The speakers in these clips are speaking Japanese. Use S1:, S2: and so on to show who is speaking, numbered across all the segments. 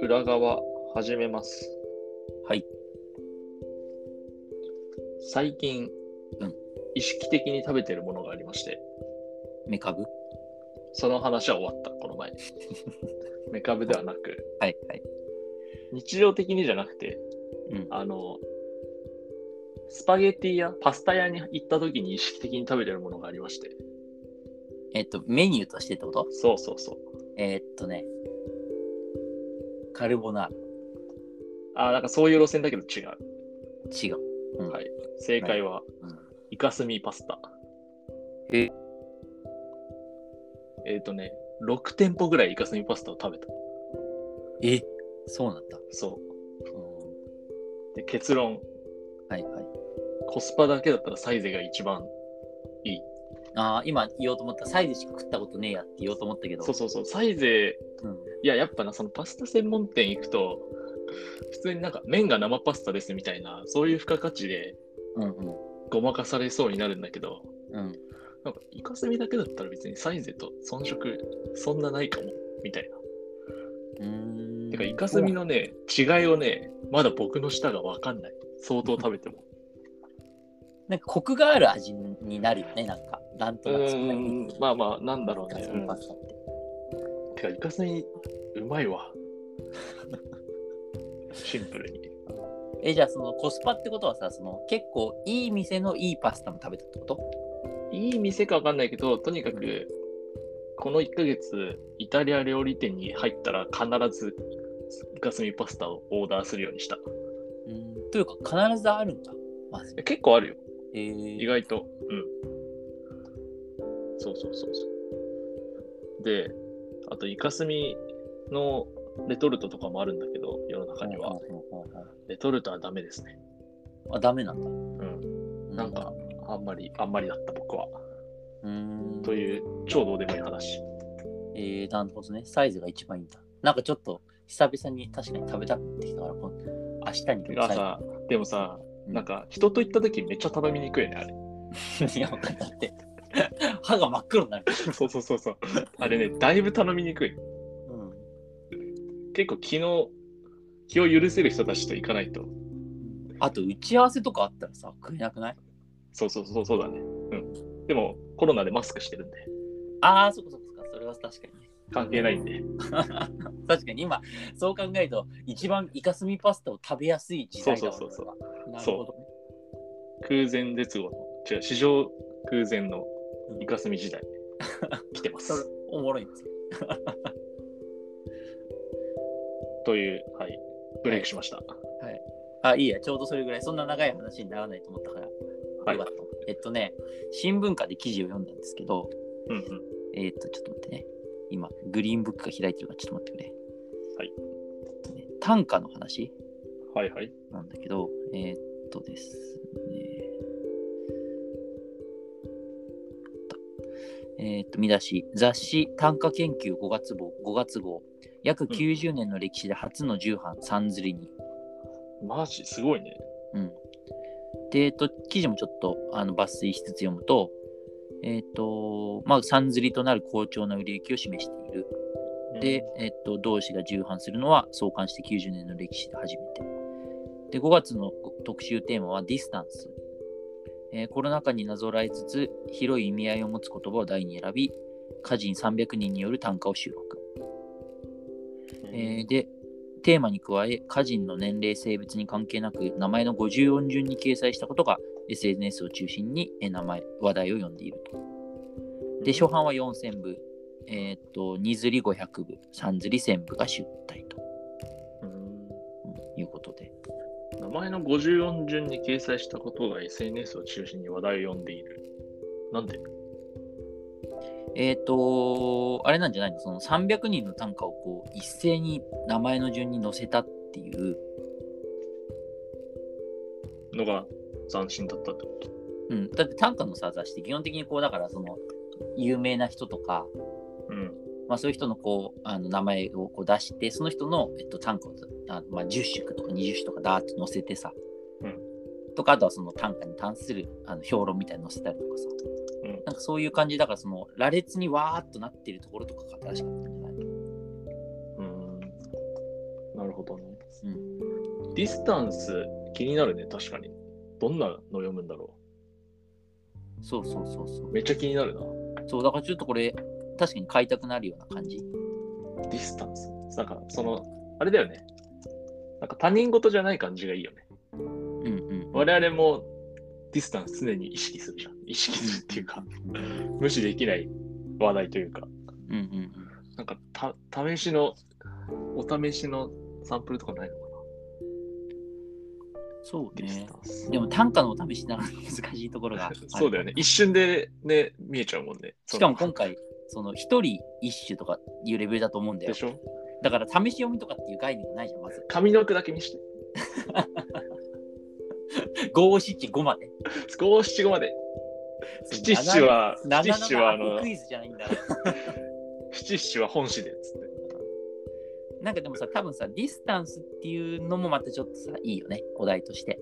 S1: 裏側始めます
S2: はい
S1: 最近、
S2: うん
S1: 意識的に食べてるものがありまして
S2: メカブ
S1: その話は終わったこの前 メカブではなく
S2: はいはい。
S1: 日常的にじゃなくて
S2: うん。
S1: あのスパゲティやパスタ屋に行った時に意識的に食べてるものがありまして
S2: えっと、メニューとしてってこと
S1: そうそうそう
S2: えーっとね、カルボナーラ。
S1: あーなんかそういう路線だけど違う
S2: 違う。うん
S1: はい正解は、
S2: うん
S1: イカスミパスタ
S2: え
S1: えっ、とね6店舗ぐらいイカスミパスタを食べた
S2: えそうなんだ。
S1: そううで結論
S2: ん。はいはい。
S1: コスパだけだったらサイゼが一番いい。
S2: ああ、今言おうと思った。サイズしか食ったことねえやって言おうと思ったけど。
S1: そうそうそう、サイゼ、
S2: うん。
S1: いや、やっぱな、そのパスタ専門店行くと、普通になんか麺が生パスタですみたいな、そういう付加価値で
S2: うん
S1: ごまかされそうになるんだけど、
S2: うん。うん。
S1: なんかイカスミだけだったら別にサイゼと遜色、そんなないかも、みたいな。
S2: うーん。
S1: てか、イカスミのね、違いをね、まだ僕の舌がわかんない。相当食べ ても。
S2: なんかコクがある味になるよね、なんか。なんとなくそんなイメージ。
S1: まあまあ、なんだろう
S2: イカ
S1: ね。
S2: ス
S1: う
S2: ミ
S1: ん
S2: パスタって。
S1: てか、イカスミ、うまいわ。 シンプルに。
S2: え、じゃあそのコスパってことはさ、その結構いい店のいいパスタも食べたってこと
S1: いい店かわかんないけど、とにか
S2: う
S1: く、この1ヶ月、イタリア料理店に入ったら必ず、イカスミパスタをオーダーするようにした。
S2: うん。というか、必ずあるんだ。まず、
S1: 結構あるよ、
S2: えー
S1: 意外と。うん。そうそうそうそう。で、あと、イカスミのレトルトとかもあるんだけど、世の中には。レトルトはダメですね。
S2: あ、ダメなんだ。
S1: うん。
S2: う
S1: なんか、あんまり、あんまりだった、僕は。
S2: うーん。
S1: という、超どうでもいい話。
S2: えー、なるほどね。サイズが一番いいんだ。なんかちょっと、久々に確かに食べたくなってきたから、この明日に
S1: て
S2: で
S1: かさ、でもさ、
S2: うん
S1: なんか、人と行った時めっちゃ食べにくいね、あれ。
S2: いや、分かったって。歯が真っ黒になる。
S1: そうそうそうそう。 あれね、だいぶ頼みにくい。
S2: うん。
S1: 結構気の、気を許せる人たちと行かないと。
S2: あと、打ち合わせとかあったらさ、食えなくない
S1: そうそうそうそうだね。うん。でも、コロナでマスクしてるんで、
S2: ああ、そこそこそこ。それは確かにね。
S1: 関係ないんで。
S2: 確かに今、そう考えると、一番イカスミパスタを食べやすい時代だわ
S1: そうそうそう
S2: うなるほどね。
S1: 空前絶後の、違う、史上空前のイカスミ時代、来 てま
S2: それ
S1: す。、
S2: おもろいんですよ。
S1: という、はい、ブレイクしました。
S2: あ、いいや、ちょうどそれぐらい。そんな長い話にならないと思ったから。
S1: はい。
S2: よかったえっとね、新聞課で記事を読んだんですけど、
S1: うんうん。
S2: えっと、ちょっと待ってね。今、グリーンブックが開いてるから、ちょっと待ってくれ。
S1: はい
S2: えっとね。短歌の話
S1: はいはい。
S2: なんだけど、えっとですね。えっと、見出し、雑誌短歌研究5月号、5月号、約90年の歴史で初の重版、さんずりに。
S1: マジ、すごいね。
S2: うん。で、えっと、記事もちょっとあの抜粋しつつ読むと、えっと、まあ、さんずりとなる好調な売れ行きを示している。で、えっと、同志が重版するのは創刊して90年の歴史で初めて。で、5月の特集テーマはディスタンス。えーコロナ禍になぞらえつつ、広い意味合いを持つ言葉を題に選び、歌人300人による短歌を収録。
S1: うん、
S2: えーで、テーマに加え、歌人の年齢、性別に関係なく、名前の50音順に掲載したことが SNS を中心にえー名前話題を呼んでいると。で、初版は4000部、えーっと、2釣り500部、3釣り1000部が出題と
S1: うん
S2: うんいうことで。
S1: 名前の50音順に掲載したことが SNS を中心に話題を呼んでいる。なんで
S2: えーっと、あれなんじゃないのその300人の短歌をこう一斉に名前の順に載せたっていう、
S1: のが斬新だったってこと
S2: うん、だって短歌のさ、雑誌って基本的にこう、だからその、有名な人とか、
S1: うん。
S2: まあ、そういう人のこうあの名前をこう出してその人の、えっと、短歌をあの、まあ、10首とか20首とかダーッと載せてさ、
S1: うん
S2: とかあとはその短歌に関するあの評論みたいに載せたりとかさ、
S1: うん
S2: なんかそういう感じだからその羅列にわーっとなってるところとかが正しかったんじゃない
S1: うん。なるほどね。
S2: う
S1: ディスタンス気になるね、確かに。どんなの読むんだろ。
S2: そうそうそうそうう
S1: めっちゃ気になるな。
S2: そうだからちょっとこれ確かに買いたくなるような感じ
S1: ディスタンス。なんか、その、あれだよね。なんか他人事じゃない感じがいいよね。
S2: うんうん
S1: 我々もディスタンス常に意識するじゃん。意識するっていうか、無視できない話題というか、
S2: うんうんうん
S1: なんかた、試しの、お試しのサンプルとかないのかな。
S2: そう
S1: ディス
S2: ね
S1: タンス。
S2: でも単価のお試しながら難しいところがある
S1: そうだよね。一瞬でね、見えちゃうもんね。
S2: しかも
S1: その
S2: 今回その一人一種とかいうレベルだと思うんだよ
S1: でしょ
S2: だから試し読みとかっていう概念がないじゃんまず
S1: 髪の毛だけ見して。
S2: 575まで
S1: 五七五まで。七七は、七七はあ
S2: の
S1: の
S2: ク、イズじゃないんだ
S1: 七七は本誌で、つって。
S2: なんかでもさ多分さディスタンスっていうのもまたちょっとさいいよねお題として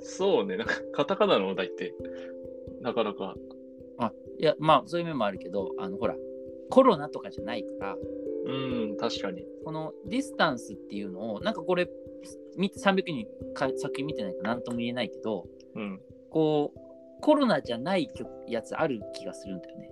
S1: そうね、なんか、カタカナのお題って、なかなか、
S2: いやまあそういう面もあるけどあのほらコロナとかじゃないから
S1: うん、確かに。
S2: このディスタンスっていうのをなんかこれ見て300人か作品見てないと何とも言えないけど
S1: うん。
S2: こうコロナじゃない曲やつある気がするんだよね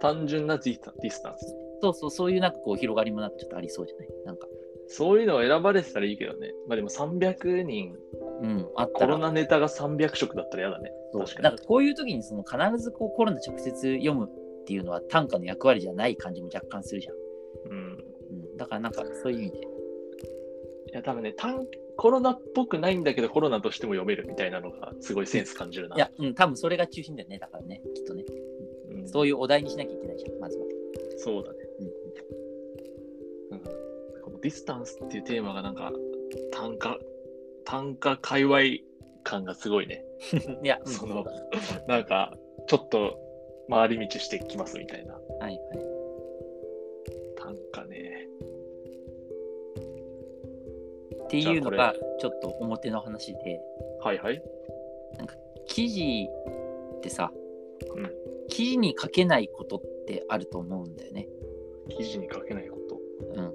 S1: 単純なディディスタンス。
S2: そうそうそういうなんかこう広がりもなんかちょっとありそうじゃないなんか
S1: そういうのが選ばれてたらいいけどね。まあでも300人、
S2: うんあっ
S1: コ
S2: たら
S1: ロナネタが300色だったら嫌だね。
S2: そう
S1: 確かに
S2: なんかこういう時にその必ずこうコロナ直接読むっていうのは短歌の役割じゃない感じも若干するじゃん、
S1: うん。
S2: うん、だからなんかそういう意味で
S1: いや、多分ね、単コロナっぽくないんだけど、コロナとしても読めるみたいなのが、すごいセンス感じるな。
S2: いやうん多分それが中心だよねだからねきっとね
S1: うん、
S2: そういうお題にしなきゃいけないじゃんまずは、
S1: そうだね。
S2: うんうん
S1: うん、このディスタンスっていうテーマが、なんか、単価、単価界隈感がすごいね。
S2: いや、うん
S1: そ
S2: そ
S1: の
S2: うだね
S1: なんか、ちょっと回り道してきますみたいな。
S2: はいはい。
S1: 単価ね。
S2: っていうのがちょっと表の話で
S1: はいはい。
S2: 記事ってさ、
S1: うん
S2: 記事に書けないことってあると思うんだよね。
S1: 記事に書けないこと。
S2: うん、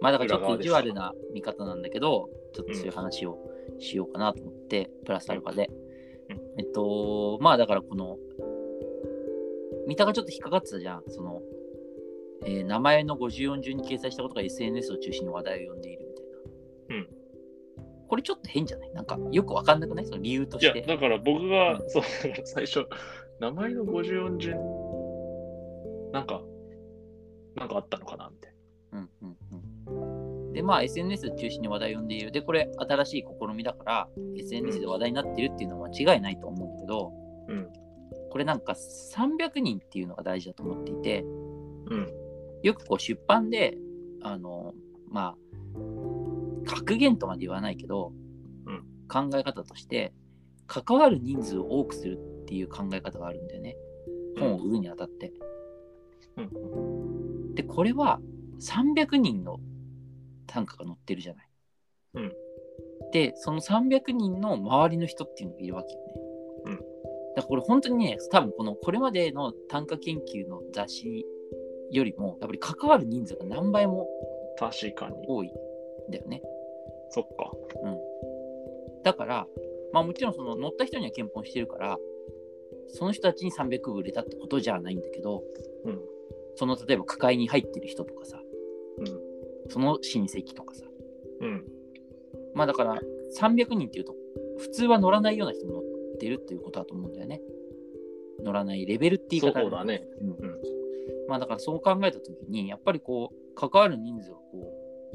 S2: まあだからちょっ
S1: 裏
S2: と
S1: 側
S2: 意
S1: です
S2: 地悪な見方なんだけどちょっとそういう話をしようかなと思って、プラスアルファで、
S1: うん
S2: えっとまあだからこの三田がちょっと引っかかってたじゃんその、えー名前の54順に掲載したことが SNS を中心に話題を呼んでいるみたい
S1: う
S2: な。
S1: ん
S2: これちょっと変じゃないなんかよくわかんなくないその理由と
S1: い
S2: し
S1: や、
S2: て。
S1: だから僕が、
S2: うん
S1: そう、最初、名前の54順、なんか、なんかあったのかなみたい
S2: うんうんうん、で、まあ SNS 中心に話題を呼んでいる。で、これ新しい試みだから、SNS で話題になってるっていうのは間違いないと思うんだけど、
S1: うん
S2: これなんか300人っていうのが大事だと思っていて、
S1: な。うん。
S2: よくこう出版で、あの、まあ、格言とまで言わないけど、
S1: うん
S2: 考え方として、関わる人数を多くするっていう考え方があるんだよね。本を売るにあたって。
S1: うん。
S2: でこれは300人の単価が載ってるじゃない。
S1: うん
S2: でその300人の周りの人っていうのがいるわけよね。
S1: うん
S2: だからこれ本当にね多分このこれまでの単価研究の雑誌よりもやっぱり関わる人数が何倍も
S1: 確かに。
S2: 多いんだよね。
S1: そっか。
S2: だから、まあ、もちろんその乗った人には検本してるからその人たちに300部売れたってことじゃないんだけど
S1: うん。
S2: その例えば区会に入ってる人とかさ
S1: うん。
S2: その親戚とかさ
S1: うん。
S2: まあだから300人っていうと普通は乗らないような人も乗ってるっていうことだと思うんだよね。乗らないレベルって言い
S1: そう
S2: 方ある
S1: だね。
S2: うん
S1: うん
S2: まあだからそう考えた時にやっぱりこう関わる人数をこ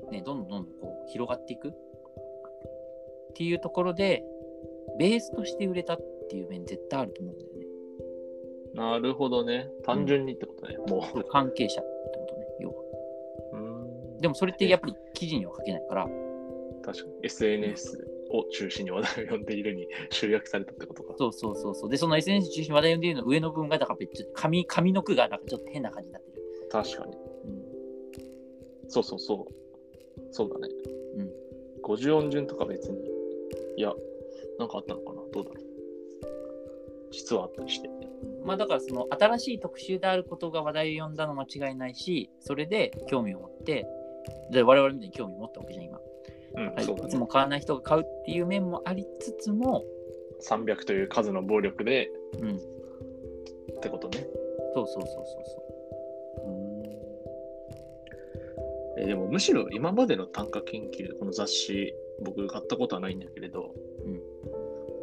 S2: うねどんどんどんどんこう広がっていくっていうところでベースとして売れたっていう面絶対あると思うんだよね。
S1: なるほどね。単純にってことね。も
S2: 関係者ってことね要は。
S1: う。うん。
S2: でもそれってやっぱり記事には書けないから
S1: 確かに。SNS を中心に話題を読んでいるに集約されたってことか。
S2: そうそうそうそうでその SNS 中心に話題を読んでいるの上の部分がだからちょっと紙紙の句がなんかちょっと変な感じになってる。
S1: 確かに。
S2: うん
S1: そうそうそう。そうだね。
S2: うん。
S1: 50音順とか別に。いや、なんかあったのかなどうだろう。実はあったりして。
S2: まあだからその新しい特集であることが話題を呼んだの間違いないしそれで興味を持ってで我々みたいに興味を持ったわけじゃん今、
S1: うん、
S2: はい、
S1: そうだ
S2: いつ
S1: ね。
S2: も買わない人が買うっていう面もありつつも、
S1: 300という数の暴力で
S2: うん、
S1: ってことね。
S2: そうそうそうそうそう
S1: えーでもむしろ今までの単価研究、この雑誌、僕買ったことはないんだけれど、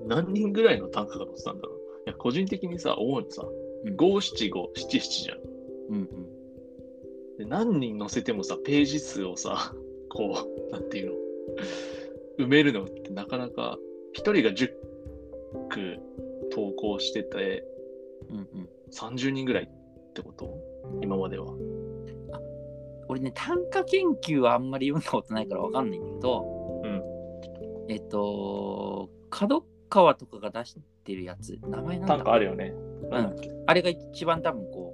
S1: 何人ぐらいの単価が載ってたんだろう。いや、個人的にさ、思うのさ、
S2: うん
S1: 五七五七七じゃん。
S2: うんうんうん
S1: で何人載せてもさ、ページ数をさ、 こう、なんていうの、埋めるのってなかなか、一人が10句投稿してて、
S2: うんうん
S1: 30人ぐらいってこと今までは。
S2: 俺ね単価研究はあんまり読んだことないからわかんないんだけど
S1: うん。
S2: えっと角川とかが出してるやつ名前なんだ
S1: 単価あるよね。なんだっけ。
S2: あれが一番多分こ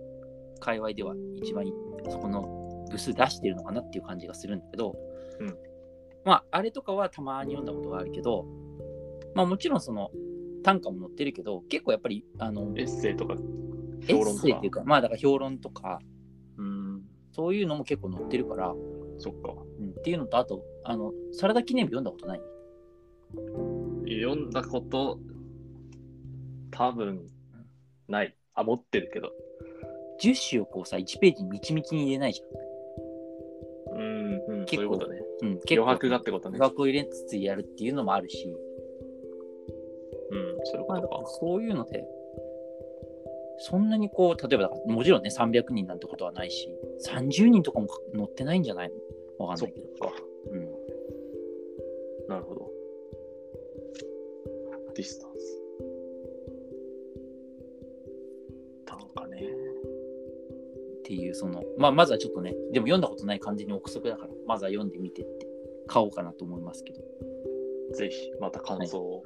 S2: う界隈では一番そこの部数出してるのかなっていう感じがするんだけど、
S1: うん
S2: まああれとかはたまに読んだことがあるけどまあもちろんその短歌も載ってるけど結構やっぱりあの
S1: エッセイとか、
S2: エ
S1: 評論
S2: ッ
S1: と
S2: セイっていうかまあだから評論とか
S1: うん。
S2: そういうのも結構載ってるから、
S1: そっか。
S2: うん、っていうのとあとあのサラダ記念日読んだことない
S1: 読んだこと、多分、ない。あ、持ってるけど。
S2: 10種をこうさ1ページにみちみちに入れないじ
S1: うん、うん、
S2: 結構
S1: そういうことね。
S2: ゃん、うん、結
S1: 余
S2: 構
S1: 白がってことね。
S2: 余白を入れつつやるっていうのもあるし、
S1: うん、そういう
S2: ま
S1: こ
S2: あ、だ
S1: と
S2: か。
S1: から
S2: そういうので、そんなにこう、例えばだから、もちろんね、300人なんてことはないし、30人とかも乗ってないんじゃないのわかん
S1: そ
S2: な
S1: っ
S2: いけど。
S1: か。
S2: うん、
S1: なるほど。ディスタンス。単価ね。
S2: っていう、その、まあ、まずはちょっとね、でも読んだことない完全に憶測だから、まずは読んでみてって、買おうかなと思いますけど。
S1: ぜひ、また感想を